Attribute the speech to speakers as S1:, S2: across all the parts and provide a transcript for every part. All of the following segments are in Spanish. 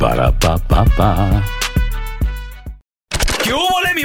S1: Para pa pa pa.
S2: ¿Qué hubo, le, mi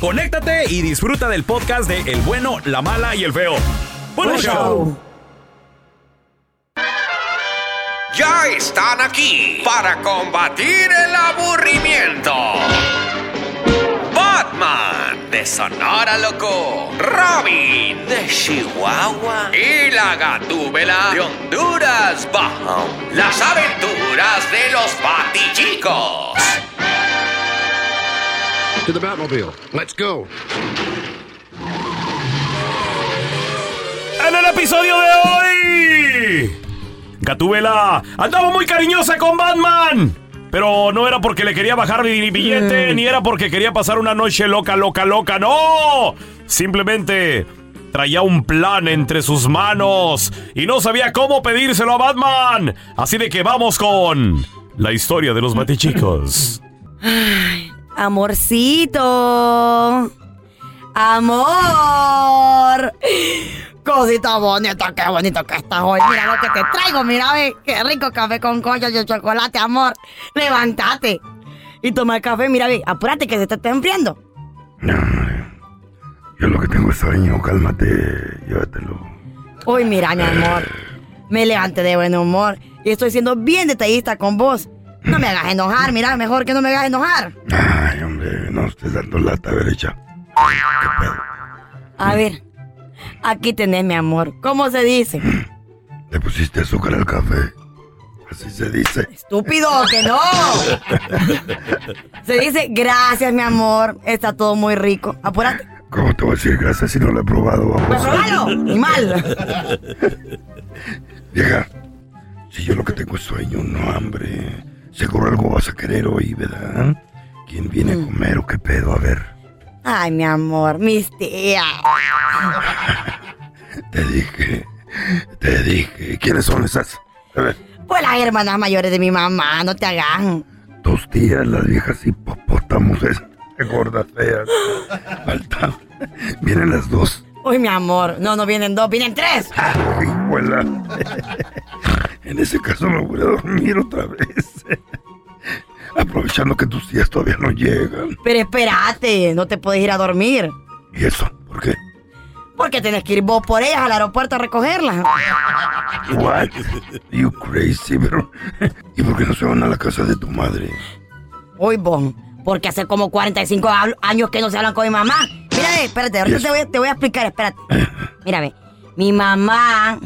S2: conéctate y disfruta del podcast de El bueno, la mala y el feo. Bueno, show.
S3: Ya están aquí para combatir el aburrimiento. Batman de Sonora Loco, Robin de Chihuahua y la Gatúbela de Honduras Bajo. Las aventuras de los patichicos.
S4: To the Batmobile. Let's go.
S2: En el episodio de hoy, Gatúbela andaba muy cariñosa con Batman. Pero no era porque le quería bajar ni billete, ni era porque quería pasar una noche loca, loca, loca. ¡No! Simplemente traía un plan entre sus manos y no sabía cómo pedírselo a Batman. Así de que vamos con la historia de los batichicos.
S5: Amorcito. Amor. Cosita bonita, qué bonito que estás hoy. Mira lo que te traigo, mira, ve. Qué rico café con coño y chocolate, amor. Levántate. Y toma el café, mira, ve. Apúrate que se te está enfriando.
S6: Yo lo que tengo es sueño, cálmate, llévatelo.
S5: Uy, mira, mi amor. Me levanté de buen humor. Y estoy siendo bien detallista con vos. No me hagas enojar, mira, mejor que no me hagas enojar.
S6: Ay, hombre, no estés dando lata, derecha.
S5: A ver, aquí tenés, mi amor. ¿Cómo se dice?
S6: Le pusiste azúcar al café. Así se dice.
S5: Estúpido, que no. Se dice, gracias, mi amor. Está todo muy rico. Apúrate.
S6: ¿Cómo te voy a decir gracias si no lo he probado?
S5: Pues
S6: Vamos.
S5: probalo, animal.
S6: Vieja, si yo lo que tengo es sueño, no hambre. Seguro algo vas a querer hoy, ¿verdad? ¿Quién viene a comer o qué pedo? A ver,
S5: Ay, mi amor, mis tías.
S6: te dije, te dije. ¿Quiénes son esas? A ver,
S5: Pues las hermanas mayores de mi mamá, no te hagan.
S6: dos tías, las viejas hipopótamos esas. Gordas, feas. Falta. Vienen las dos.
S5: Uy, mi amor, no, no vienen dos, vienen tres.
S6: Hijuela. En ese caso me voy a dormir otra vez. Aprovechando que tus tías todavía no llegan.
S5: Pero espérate, no te puedes ir a dormir.
S6: ¿Y eso? ¿Por qué?
S5: Porque tenés que ir vos por ellas al aeropuerto a recogerlas.
S6: What? You crazy, bro. ¿Y por qué no se van a la casa de tu madre?
S5: Uy, vos, porque hace como 45 hablo- años que no se hablan con mi mamá. Mira, espérate, ahorita
S6: Yes.
S5: te voy, a- te voy a explicar, espérate. Mírame, mi mamá...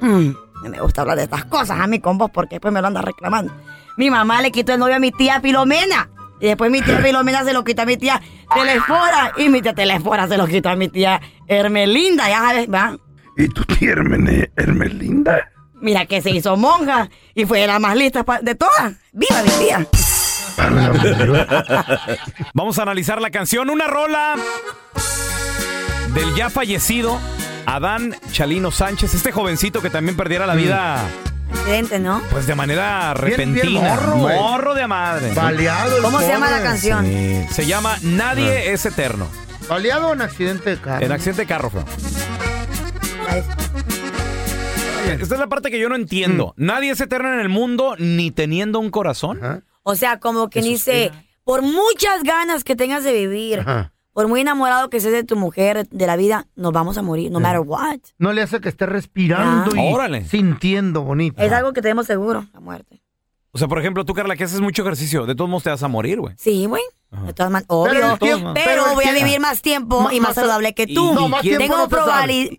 S5: mm, no me gusta hablar de estas cosas a mí con vos porque después me lo andas reclamando. Mi mamá le quitó el novio a mi tía Filomena. Y después mi tía Filomena se lo quitó a mi tía Telefora. Y mi tía Telefora se lo quitó a mi tía Hermelinda, ya sabes, ¿va?
S6: ¿Y tu tía Hermene- Hermelinda?
S5: Mira que se hizo monja y fue de la más lista pa- de todas. ¡Viva mi tía!
S2: Vamos a analizar la canción, una rola del ya fallecido Adán Chalino Sánchez, este jovencito que también perdiera la vida
S5: accidente, ¿no?
S2: Pues de manera
S7: Mm. Bien- bien
S2: repentina.
S7: morro, güey.
S2: de madre.
S7: Baleado el
S5: ¿Cómo se llama la
S7: pobre.
S5: canción?
S2: Sí. Se llama Nadie
S7: Ah.
S2: es eterno.
S7: Baleado en accidente de carro.
S2: En accidente de carro, fue. Esta es la parte que yo no entiendo. Nadie es eterno en el mundo ni teniendo un corazón.
S7: Mm. Ajá.
S5: O sea, como que dice, por muchas ganas que tengas de vivir,
S7: Ajá.
S5: por muy enamorado que estés de tu mujer, de la vida, nos vamos a morir, no matter what.
S7: No le hace que esté respirando
S2: Ah.
S7: y
S2: Órale.
S7: sintiendo bonito.
S5: Es algo que tenemos seguro, la muerte.
S2: O sea, por ejemplo, tú, Carla, que haces mucho ejercicio, de todos modos te vas a morir, güey.
S5: Sí, güey. De todas maneras,
S7: Pero
S5: obvio.
S7: el tiempo-
S5: Pero,
S7: pero el
S5: voy a
S7: tiempo-
S5: vivir más tiempo
S7: Ma-
S5: y más
S7: más-
S5: saludable que tú.
S2: y- no, más
S7: tiempo
S5: Tengo
S7: no se
S5: probali-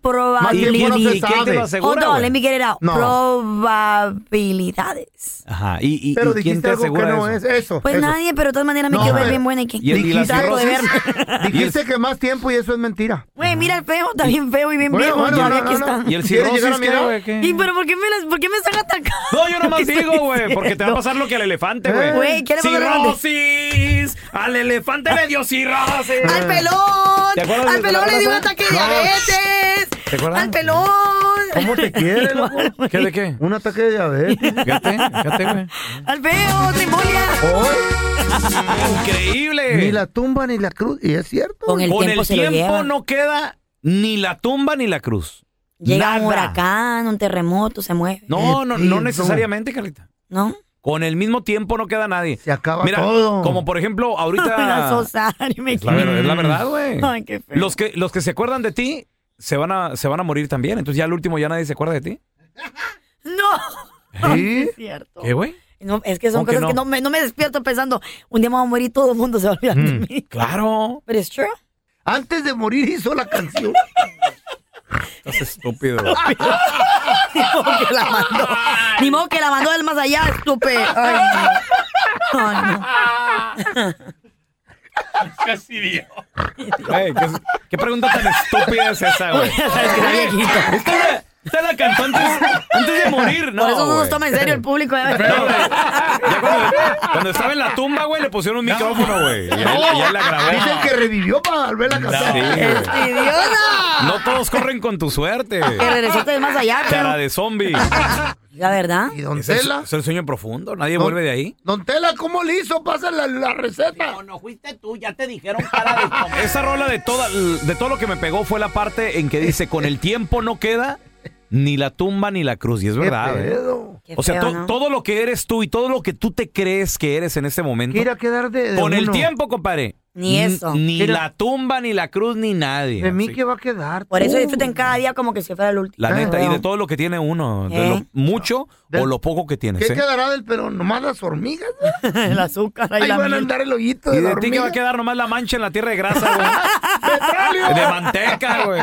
S7: sabe. Más
S2: Y-
S7: tiempo
S2: y-
S7: no
S2: y-
S7: se
S2: ¿quién te
S7: sabe.
S2: lo
S5: Hold
S2: asegura,
S5: on,
S2: güey?
S5: let me get it out.
S7: No.
S5: Probabilidades.
S2: Ajá. ¿Y, y-
S7: Pero
S2: y quién
S7: dijiste
S2: te
S7: algo que
S2: asegura
S7: no es
S2: eso?
S7: eso.
S5: Pues
S7: eso.
S5: nadie, pero de todas maneras me
S7: No,
S5: quiero ver
S7: güey.
S5: bien buena y que.
S2: Y el- y las
S7: Dijiste,
S5: Trato de ver.
S7: dijiste que más tiempo y eso es mentira.
S5: Güey, mira el feo, está bien feo y bien
S7: Bueno,
S5: viejo.
S7: bueno,
S5: todavía
S7: no,
S5: aquí
S7: no,
S5: está.
S7: no.
S2: ¿Y el
S7: ¿Quieres
S2: cirrosis
S7: llegar a mi
S2: qué,
S7: edad?
S2: güey? ¿Qué?
S5: ¿Y pero por qué me, las, por qué me están atacando?
S2: No, yo nomás
S5: ¿Qué estoy
S2: digo, güey, porque te va a
S5: diciendo?
S2: pasar lo que al elefante, güey.
S5: Güey, ¿qué le pasó al
S2: Cirrosis. Al elefante le dio cirrosis.
S5: ¡Al
S2: ¿Te
S5: pelón!
S2: acuerdas
S5: ¡Al
S2: de la
S5: pelón le dio un
S2: raza?
S5: ataque de diabetes!
S2: ¿Te acuerdas?
S5: ¡Al pelón!
S7: ¿Cómo te quieres, loco?
S2: ¿Qué de qué?
S7: Un ataque de diabetes.
S2: Fíjate, fíjate, güey.
S5: ¡Al feo! ¡Trimbolia!
S2: Increíble.
S7: Ni la tumba ni la cruz. Y es cierto.
S5: Con el
S2: Con
S5: tiempo
S2: el
S5: se lo
S2: tiempo
S5: lleva.
S2: no queda ni la tumba ni la cruz.
S5: Llega un
S2: nada.
S5: huracán, un terremoto, se mueve.
S2: No, no,
S7: Repito.
S2: no necesariamente, Carlita.
S5: ¿No?
S2: Con el mismo tiempo no queda nadie.
S7: Se acaba
S2: Mira,
S7: todo.
S2: como por ejemplo,
S5: La
S2: ahorita.
S5: Sosari me
S2: Es la verdad, es la verdad, güey.
S5: Ay, qué feo.
S2: Los que, los que se acuerdan de ti se van, a, se van a morir también. Entonces ya al último ya nadie se acuerda de ti.
S5: ¡No!
S7: ¿Sí?
S5: Es cierto.
S2: ¿Eh? ¿Qué, güey?
S5: No, es que son
S2: ¿Cómo que
S5: cosas que
S2: no?
S5: no me, no me despierto pensando, un día me voy a morir, todo el mundo se va a olvidar de
S2: Mm.
S5: mí.
S2: Claro.
S5: Pero es true.
S7: Antes de morir hizo la canción.
S2: Estás estúpido.
S5: Ni modo que la mandó. Ni modo que la mandó del más allá, estupe. Ay, no. Ay, no.
S2: Güey, ¿qué, qué pregunta tan estúpida es esa, güey?
S5: Ya sabes que está viejito.
S2: Esta la, esta la cantó antes, antes de morir, ¿no?
S5: Por eso no nos
S2: güey.
S5: toma en serio el público. ¿eh? ya ves.
S2: No, güey. Ya cuando, cuando estaba en la tumba, güey, le pusieron un micrófono, güey. Y él, y él la grabó.
S7: Dicen que revivió para volver a
S2: No,
S7: cantar.
S2: sí, güey.
S5: ¡Idiota!
S2: No todos corren con tu suerte.
S5: Que regresaste del más allá,
S2: Cara
S5: pero...
S2: de zombie.
S5: La verdad.
S7: Y don
S2: Ese Es,
S7: Tela.
S2: es el sueño profundo. Nadie
S7: Don-
S2: vuelve de ahí.
S7: Don Tela, ¿cómo le hizo? Pasa la, la receta.
S2: Esa rola de, toda, de todo lo que me pegó fue la parte en que dice: con el tiempo no queda ni la tumba ni la cruz. Y es
S7: Qué
S2: verdad. ¿eh?
S7: pedo.
S5: Qué
S2: O sea,
S5: feo,
S2: to-
S5: ¿no?
S2: todo lo que eres tú y todo lo que tú te crees que eres en este momento.
S7: ¿Qué irá a quedar de, de
S2: con el
S7: uno?
S2: tiempo, compadre.
S5: Ni
S2: n-
S5: eso.
S2: Ni
S7: Mira.
S2: la tumba, ni la cruz, ni nadie.
S7: ¿De mí
S2: Así-
S7: qué va a quedar?
S5: Por eso
S7: tú?
S5: disfruten cada día como que si fuera el último.
S2: Uh. La neta, y
S5: Wow.
S2: de todo lo que tiene uno, de
S5: ¿Eh?
S2: lo mucho
S7: De-
S2: o lo poco que tienes.
S7: ¿Qué
S2: ¿eh?
S7: quedará del pelón? ¿Nomás las hormigas?
S5: El azúcar ahí
S7: Ahí
S5: la
S7: van a
S5: miel.
S7: andar el hoyito de,
S2: ¿Y
S7: la
S2: de ti que va
S7: hormiga.
S2: a quedar nomás la mancha en la tierra de grasa, güey? de manteca, güey.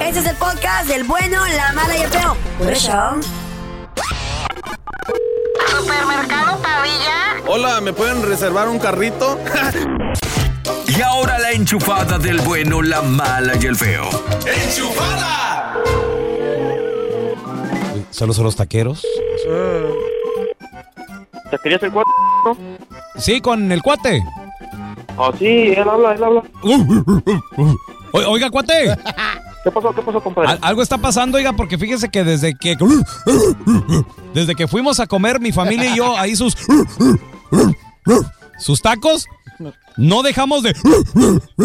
S5: Ese Este es el podcast del bueno, la mala y el feo. Por eso.
S3: Hola, ¿me pueden reservar un carrito? y ahora la enchufada del bueno, la mala y el feo. ¡Enchufada!
S2: Saludos a los taqueros.
S8: ¿Te querías el cuarto?
S2: Sí, con el cuate.
S9: Ah,
S2: Uh,
S8: Oh, sí, él habla, él habla.
S2: Oiga, uh. cuate.
S9: ¿Qué pasó? ¿Qué pasó, compadre?
S2: Al- algo está pasando, oiga, porque fíjese que desde que. uh, Desde que fuimos a comer, mi familia y yo, ahí sus. uh, Sus tacos, no dejamos de. uh,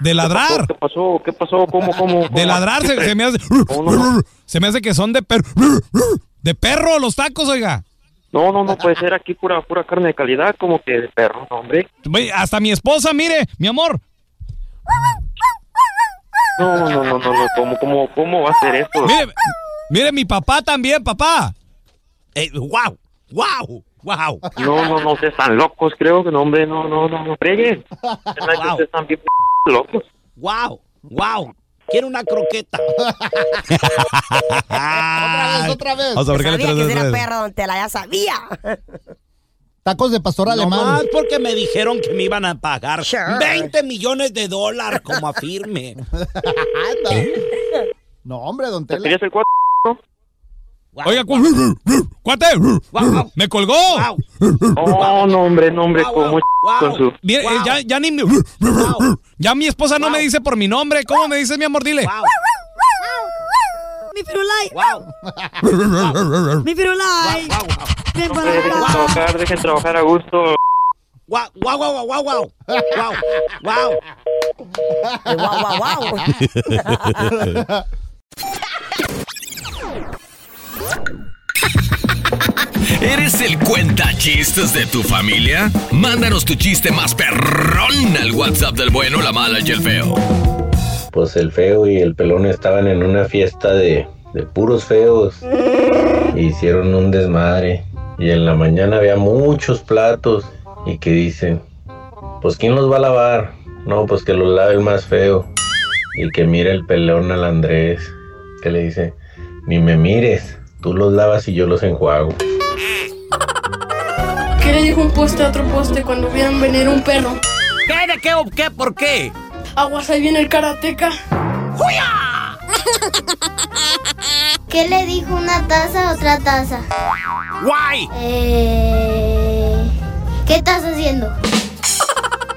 S2: De ladrar.
S9: ¿Qué pasó? ¿Qué pasó? ¿Cómo? ¿Cómo?
S2: De ladrar, se, se me hace. Se me hace que son de perro. De perro los tacos, oiga.
S9: No, no, no puede ser aquí pura, pura carne de calidad, como que de perro, no, hombre.
S2: Ve, Hasta mi esposa, mire, mi amor.
S9: No, no, no, no, no, ¿cómo, cómo, cómo va a ser esto?
S2: Mire, mire, mi papá también, papá. Eh, wow, wow, wow.
S9: No, no, no, ustedes están locos, creo que no, hombre, no, no, no, no, freguen. Es más que Ustedes están bien p- locos.
S2: Wow, wow. Quiero una croqueta.
S5: otra vez, otra vez.
S2: Vamos a ver qué le
S5: sabía
S2: traes
S5: que
S2: otra
S5: si era
S2: vez.
S5: perro, don Tela, ya sabía.
S10: Tacos de pastor alemán.
S2: Nomás porque me dijeron que me iban a pagar 20 millones de dólares, como afirme.
S10: No, hombre, don
S2: ¿Te
S10: Tela.
S2: querías
S9: el cuate?
S2: Oiga, cu- cuate, me colgó.
S9: No, no, hombre, no, hombre, como con su...
S2: Mira, eh, ya, ya ni mi, ya mi esposa no me dice por mi nombre. ¿Cómo me dices, mi amor? Dile.
S5: Mi firulai. Mi firulai. Ven para
S9: Dejen
S5: acá.
S9: trabajar, dejen trabajar a gusto.
S2: Wow, wow, wow, wow, wow. Wow, wow.
S5: Wow, wow, wow.
S1: ¿Eres el cuenta chistes de tu familia? Mándanos tu chiste más perrón al WhatsApp del bueno, la mala y el feo.
S11: Pues el feo y el pelón estaban en una fiesta de, de puros feos. E hicieron un desmadre. Y en la mañana había muchos platos. Y que dicen, pues ¿quién los va a lavar? No, pues que los lave el más feo. Y que mira el pelón al Andrés. Que le dice, ni me mires. Tú los lavas y yo los enjuago.
S12: ¿Qué le dijo un poste a otro poste cuando vieron venir un perro?
S2: ¿Qué, de qué o qué, por qué?
S12: Aguas, ahí viene el karateca.
S13: ¿Qué le dijo una taza a otra taza? Eh.
S2: ¡Guay!
S13: ¿Qué estás haciendo?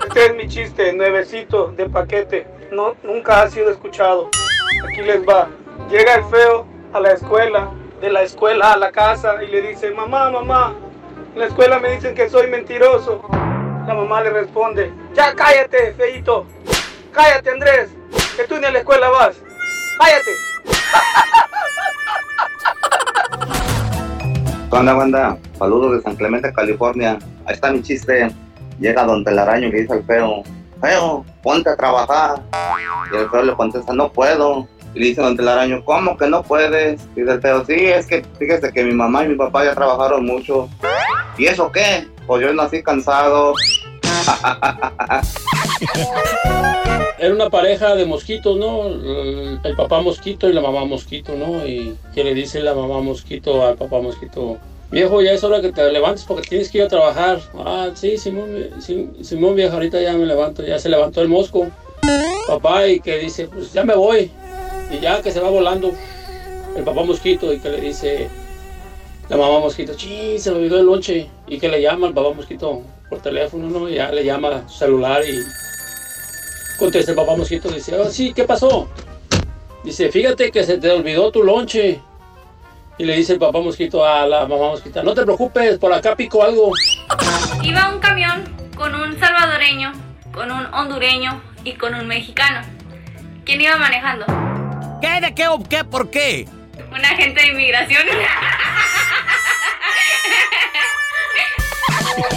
S14: Este es mi chiste, nuevecito, de paquete. No, nunca ha sido escuchado. Aquí les va. Llega el feo a la escuela, de la escuela a la casa y le dice, mamá, mamá, en la escuela me dicen que soy mentiroso. La mamá le responde, ya cállate, feito. Cállate, Andrés, que tú ni a la escuela vas. Cállate.
S3: ¿Qué onda, banda? Saludos de San Clemente, California. Ahí está mi chiste. Llega Don Telaraño y le dice al feo, feo, ponte a trabajar. Y el feo le contesta, no puedo. Y le dice Don Telaraño, ¿cómo que no puedes? Dice el feo, sí, es que fíjese que mi mamá y mi papá ya trabajaron mucho. ¿Y eso qué? Pues yo nací cansado.
S6: Era una pareja de mosquitos, ¿no? El el papá mosquito y la mamá mosquito, ¿no? Y que le dice la mamá mosquito al papá mosquito, viejo, ya es hora que te levantes porque tienes que ir a trabajar. Ah, sí, Simón, vie- Sim- Simón viejo, ahorita ya me levanto, ya se levantó el mosco. Papá y que dice, pues ya me voy. Y ya que se va volando el papá mosquito y que le dice la mamá mosquito, sí, se me olvidó el lonche. Y que le llama al papá mosquito por teléfono, ¿no? Y ya le llama a su celular y Contesta el papá mosquito, dice, "Ah, sí, ¿qué pasó? Dice, fíjate que se te olvidó tu lonche. Y le dice el papá mosquito a la mamá mosquita, no te preocupes, por acá pico algo.
S15: Iba un camión con un salvadoreño, con un hondureño y con un mexicano. ¿Quién iba manejando?
S2: ¿Qué, de qué o qué, por qué?
S15: Un agente de inmigración.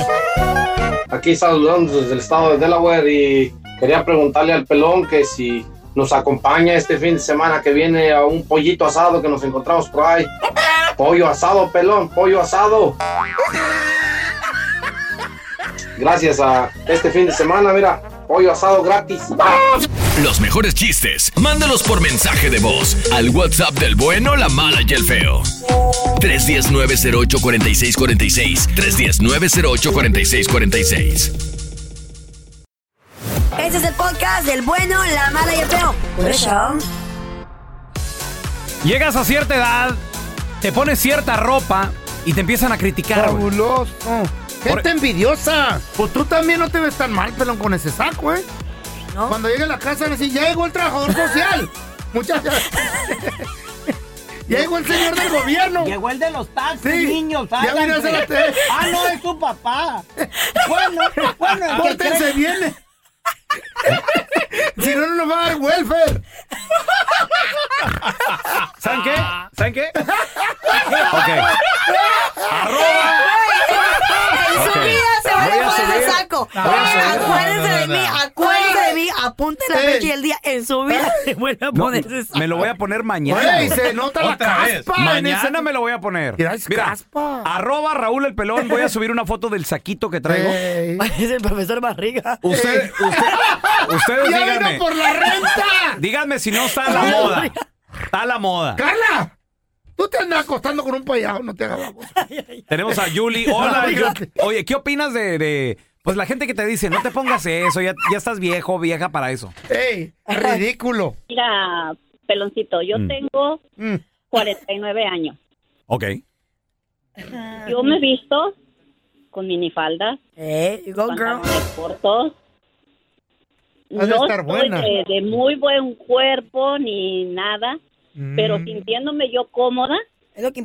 S16: Aquí saludando desde el estado de Delaware y quería preguntarle al pelón que si nos acompaña este fin de semana que viene a un pollito asado que nos encontramos por ahí. Pollo asado, pelón, pollo asado. Gracias a este fin de semana, mira, pollo asado gratis.
S1: Los mejores chistes, mándalos por mensaje de voz al WhatsApp del bueno, la mala y el feo. 319-08-4646. 319-08-4646.
S5: Este es el podcast del bueno, la mala y el feo. Por eso.
S17: Llegas a cierta edad, te pones cierta ropa y te empiezan a criticar. güey.
S7: Fabuloso. Gente envidiosa. Pues tú también no te ves tan mal, pelón, con ese saco, ¿eh? Cuando llegue a la casa, le ya llegó el trabajador social. Muchachas. Llegó el señor del gobierno.
S18: Llegó el de los taxis,
S7: Sí.
S18: niños.
S7: Ya
S18: háganse.
S7: vine a hacer la tele.
S18: Ah, no, es tu papá. Bueno, bueno. el que
S7: Pórtense
S18: cree-
S7: bien. si no, no nos va a dar welfare.
S2: ¿Saben qué?
S7: Ah.
S2: ¿Saben qué? Ok.
S5: En su
S2: Ok.
S5: vida se van
S2: Voy a
S5: a poner
S2: subir.
S5: el saco.
S2: No, voy a subir.
S5: Acuérdense
S2: No, no,
S5: de
S2: no,
S5: mí,
S2: no.
S5: acuérdense de mí, apunte la
S2: Ey.
S5: fecha y el día. En su vida se van a
S2: No,
S5: poner el saco.
S2: me lo voy a poner mañana.
S7: Güey, se nota la
S2: Otra vez.
S7: caspa en
S2: Mañana
S7: ese-
S2: me lo voy a poner.
S7: Mira, es caspa.
S2: arroba Raúl el pelón. Voy a subir una foto del saquito que traigo.
S7: Eh,
S5: Parece el profesor Barriga.
S2: Usted- Ustedes
S5: Ya vino
S2: díganme.
S5: por la renta.
S2: Díganme si no está a la moda. Está a la moda.
S7: ¡Carla! Tú te andas acostando con un payaso, no te hagas baboso.
S2: Tenemos a Yuli. Hola, Yu- Oye, ¿qué opinas de, de- Pues la gente que te dice, no te pongas eso, ya, ya estás viejo, vieja para eso.
S7: ¡Ey! ¡Ridículo!
S19: Mira, peloncito, yo
S2: Mm.
S19: tengo 49 años.
S2: Ok.
S19: Yo me he visto con minifaldas, pantalones cortos.
S4: Has de
S19: no soy
S4: estar buena.
S19: De, de muy buen cuerpo ni nada,
S7: Mm.
S19: pero sintiéndome yo cómoda,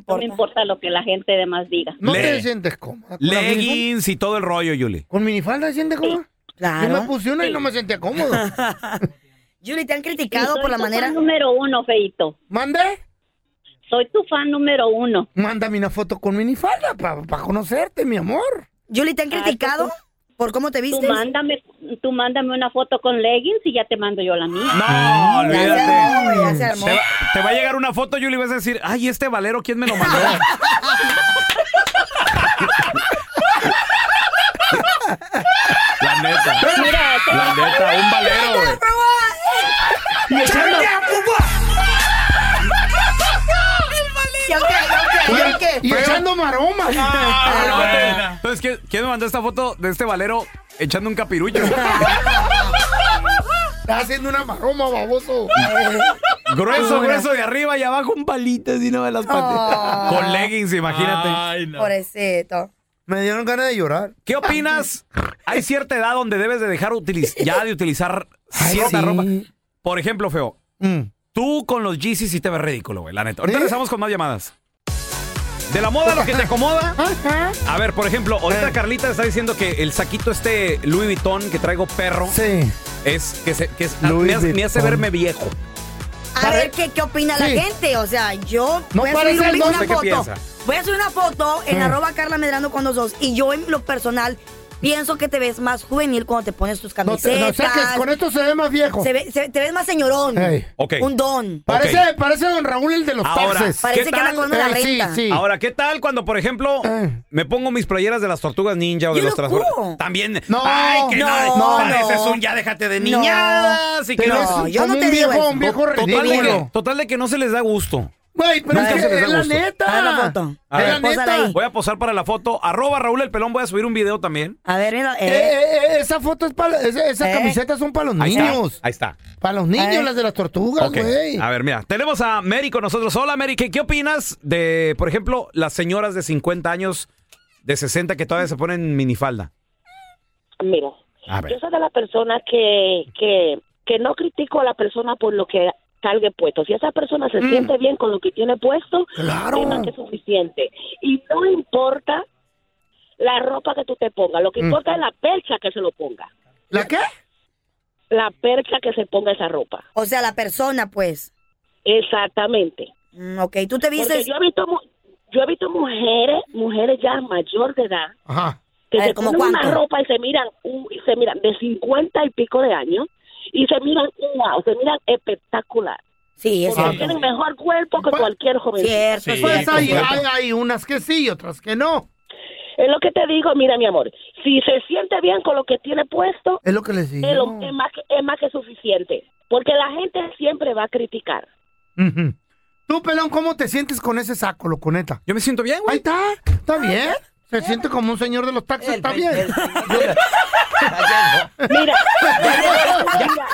S19: no me importa lo que la gente demás diga.
S7: No
S2: Le-
S7: te sientes cómoda. con la minifalda?
S2: Leggings y todo el rollo, Yuli.
S7: ¿Con minifalda te sientes cómoda?
S5: Claro.
S7: Yo me puse una y no me sentía cómodo.
S5: Julie, te han
S19: Y
S5: criticado
S19: soy
S5: por la
S19: tu
S5: manera.
S19: fan número uno, Feito.
S7: ¿Mande?
S19: Soy tu fan número uno.
S7: Mándame una foto con minifalda para conocerte, mi amor.
S5: Julie, ¿te han
S19: Ah,
S5: criticado por cómo te
S19: Tú
S5: vistes?
S19: mándame, tú mándame una foto con leggings y ya te mando yo la mía.
S2: No,
S7: Ah.
S2: olvídate.
S5: Ya se armó.
S2: Te va, te va a llegar una foto, Yuli, y vas a decir, ay, este valero, ¿quién me lo mandó? la neta. La neta, un valero, güey.
S7: Y echando-
S5: Sí, ok, ok,
S2: Oye,
S5: ok.
S2: y echando
S7: maromas.
S2: Ah, Entonces, ¿quién, quién me mandó esta foto de este valero echando un capirucho?
S7: Estás haciendo una maroma, baboso.
S2: grueso,
S7: Ahora.
S2: grueso de arriba y abajo un palito así, no de las
S5: Ah.
S2: patas. Con leggings, imagínate.
S5: Pobrecito.
S7: Me dieron ganas de llorar.
S2: ¿Qué opinas? Hay cierta edad donde debes de dejar utiliz- ya de utilizar cierta ropa. Por ejemplo, Feo,
S7: Mm.
S2: tú con los Yeezys sí te ves ridículo, güey, la neta. Ahorita regresamos con más llamadas. De la moda, lo que te acomoda.
S7: ¿Ah?
S2: A ver, por ejemplo,
S7: Eh.
S2: ahorita Carlita está diciendo que el saquito este Louis Vuitton que traigo perro es que, se, que es- ah,
S7: Louis
S2: me, hace, me hace
S7: Vuitton.
S2: verme viejo.
S5: A ver qué, qué opina
S7: Sí.
S5: la gente. O sea, yo
S2: No
S5: voy a
S2: parece
S5: subir un-
S2: el
S5: una
S2: don. ¿Qué
S5: foto.
S2: piensa?
S5: Voy a subir una foto en
S7: Mm.
S5: arroba Carla Medrano con los dos. Y yo en lo personal pienso que te ves más juvenil cuando te pones tus
S7: No, te-
S5: camisetas.
S7: no saques, con esto se ve más viejo.
S5: Se ve- se- te ves más señorón.
S7: Ey.
S2: Ok.
S5: Un don.
S7: Parece, parece don Raúl el de los
S2: Ahora,
S7: taxes.
S2: Parece ¿qué que anda tal?
S5: con una
S7: Eh, sí,
S5: renta.
S7: sí. Eh.
S2: Ahora, ¿qué tal cuando, por ejemplo, me pongo mis playeras de las tortugas ninja o de los transformadores? También.
S7: No,
S2: Ay, que no,
S7: no,
S2: pareces
S7: no.
S2: un ya déjate de
S7: No.
S2: niñadas. y que
S7: Pero
S2: no.
S7: es yo como no te un digo viejo- eso. un viejo
S2: Total de que-
S7: ridículo.
S2: Total de que no se les da gusto.
S7: Güey, pero es que es la neta. Es
S2: A ver,
S7: la neta.
S2: Voy a posar para la foto. Arroba Raúl el pelón. Voy a subir un video también.
S5: A ver, mira.
S7: Eh, eh, eh, esa foto es para. Esa, esas
S2: Eh.
S7: camisetas son para los
S2: Ahí
S7: niños.
S2: está. Ahí está.
S7: Para los niños,
S2: Eh.
S7: las de las tortugas,
S2: Ok.
S7: güey.
S2: A ver, mira, tenemos a Mary con nosotros. Hola, Mary, ¿qué, qué opinas de, por ejemplo, las señoras de 50 años, de 60 que todavía se ponen minifalda?
S6: Mira,
S2: A ver.
S6: yo soy de la persona que, que, que no critico a la persona por lo que salga puesto. Si esa persona se
S7: Mm.
S6: siente bien con lo que tiene puesto, es más que suficiente. Y no importa la ropa que tú te pongas, lo que importa es la percha que se lo ponga.
S7: Mm. ¿La qué?
S6: La percha que se ponga esa ropa.
S5: O sea, la persona, pues.
S6: Exactamente.
S5: Mm, ok, tú te
S6: Porque
S5: vistes.
S6: yo he visto, mu- yo he visto mujeres, mujeres ya mayor de edad,
S7: Ajá.
S6: que
S5: A
S6: se
S5: ver, ¿cómo
S6: ponen una
S5: cuánto?
S6: ropa y se miran un- y se miran de 50 y pico de años y se miran wow, se miran espectacular.
S5: Sí,
S6: Porque
S7: exacto.
S6: tienen mejor cuerpo que cualquier joven.
S7: Cierto, Pues hay, hay, hay unas que sí y otras que no.
S6: Es lo que te digo, mira mi amor, si se siente bien con lo que tiene puesto,
S7: Es lo que les digo.
S6: es, lo- es más, que, es más que suficiente, porque la gente siempre va a criticar.
S7: Ujú. Tú, pelón, ¿cómo te sientes con ese saco, loco, neta?
S2: Yo me siento bien,
S7: güey. Ahí está, está bien. Se siente como un señor de los taxis, está bien.
S6: Mira,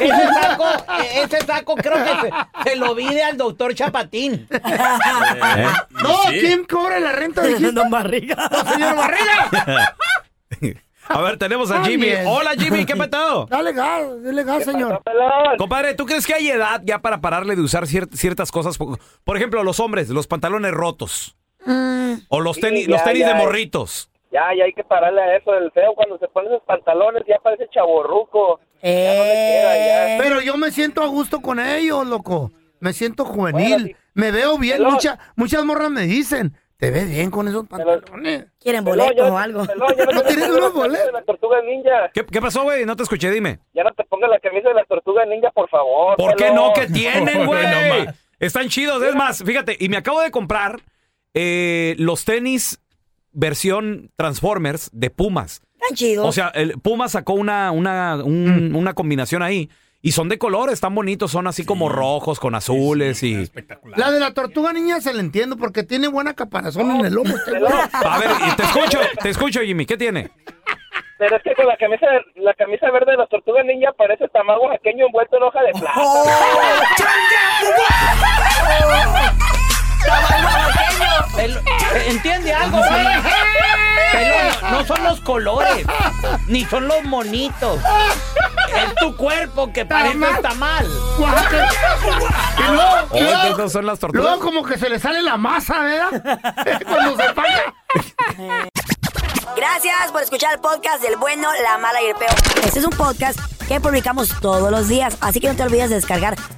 S18: Ese saco, ese saco creo que se, se lo vi de al doctor Chapatín.
S7: No, ¿quién cobra la renta de Don
S5: Barriga?
S7: ¡Señor Barriga!
S2: A ver, tenemos a
S7: Está
S2: Jimmy.
S7: bien.
S2: Hola, Jimmy, ¿qué petado?
S7: Dale gas, dale gas, señor.
S2: Compadre, ¿tú crees que hay edad ya para pararle de usar cier- ciertas cosas? Por por ejemplo, los hombres, los pantalones rotos. O los
S6: Sí,
S2: tenis,
S6: ya,
S2: los tenis
S6: ya,
S2: de
S6: ya.
S2: morritos.
S6: Ya, ya hay que pararle a eso del feo. Cuando se pone esos pantalones ya parece chaborruco.
S5: Eh,
S7: Pero yo me siento a gusto con ellos, loco. Me siento juvenil. Me veo bien.
S6: Pelón.
S7: Mucha- muchas morras me dicen, te ves bien con esos pantalones.
S5: Quieren
S6: boletos
S5: o algo.
S6: ¿No tienes unos boletos? La tortuga ninja.
S2: ¿Qué, qué pasó, güey? No te escuché, dime.
S6: Ya no te pongas la camisa de la tortuga ninja, por favor.
S2: ¿Por qué
S6: pelón.
S2: no? ¿Qué tienen, güey?
S6: No más.
S2: Están chidos. Es más, fíjate, y me acabo de comprar eh, los tenis versión Transformers de Pumas.
S5: Tan chidos.
S2: O sea, el Puma sacó una, una, un- una combinación ahí. Y son de color, están bonitos, son así como rojos con azules y...
S7: La de la tortuga niña se la entiendo porque tiene buena caparazón en el lomo. este güey.
S2: A ver, y te escucho, te escucho, Jimmy. ¿Qué tiene?
S6: Pero es que con la camisa, la camisa verde de la tortuga ninja parece tamal oaxaqueño envuelto en hoja de plátano.
S20: Pel- ¿Entiende algo, güey? Pelón, no son los colores, ni son los monitos. Es tu cuerpo que parece
S7: Tamal.
S20: está mal.
S7: Oaxaca. Y luego- y
S2: Oh,
S7: luego-
S2: entonces no son las tortugas.
S7: Luego como que se le sale la masa, ¿verdad? Cuando se paga.
S5: Gracias por escuchar el podcast del bueno, la mala y el peor. Este es un podcast que publicamos todos los días, así que no te olvides de descargar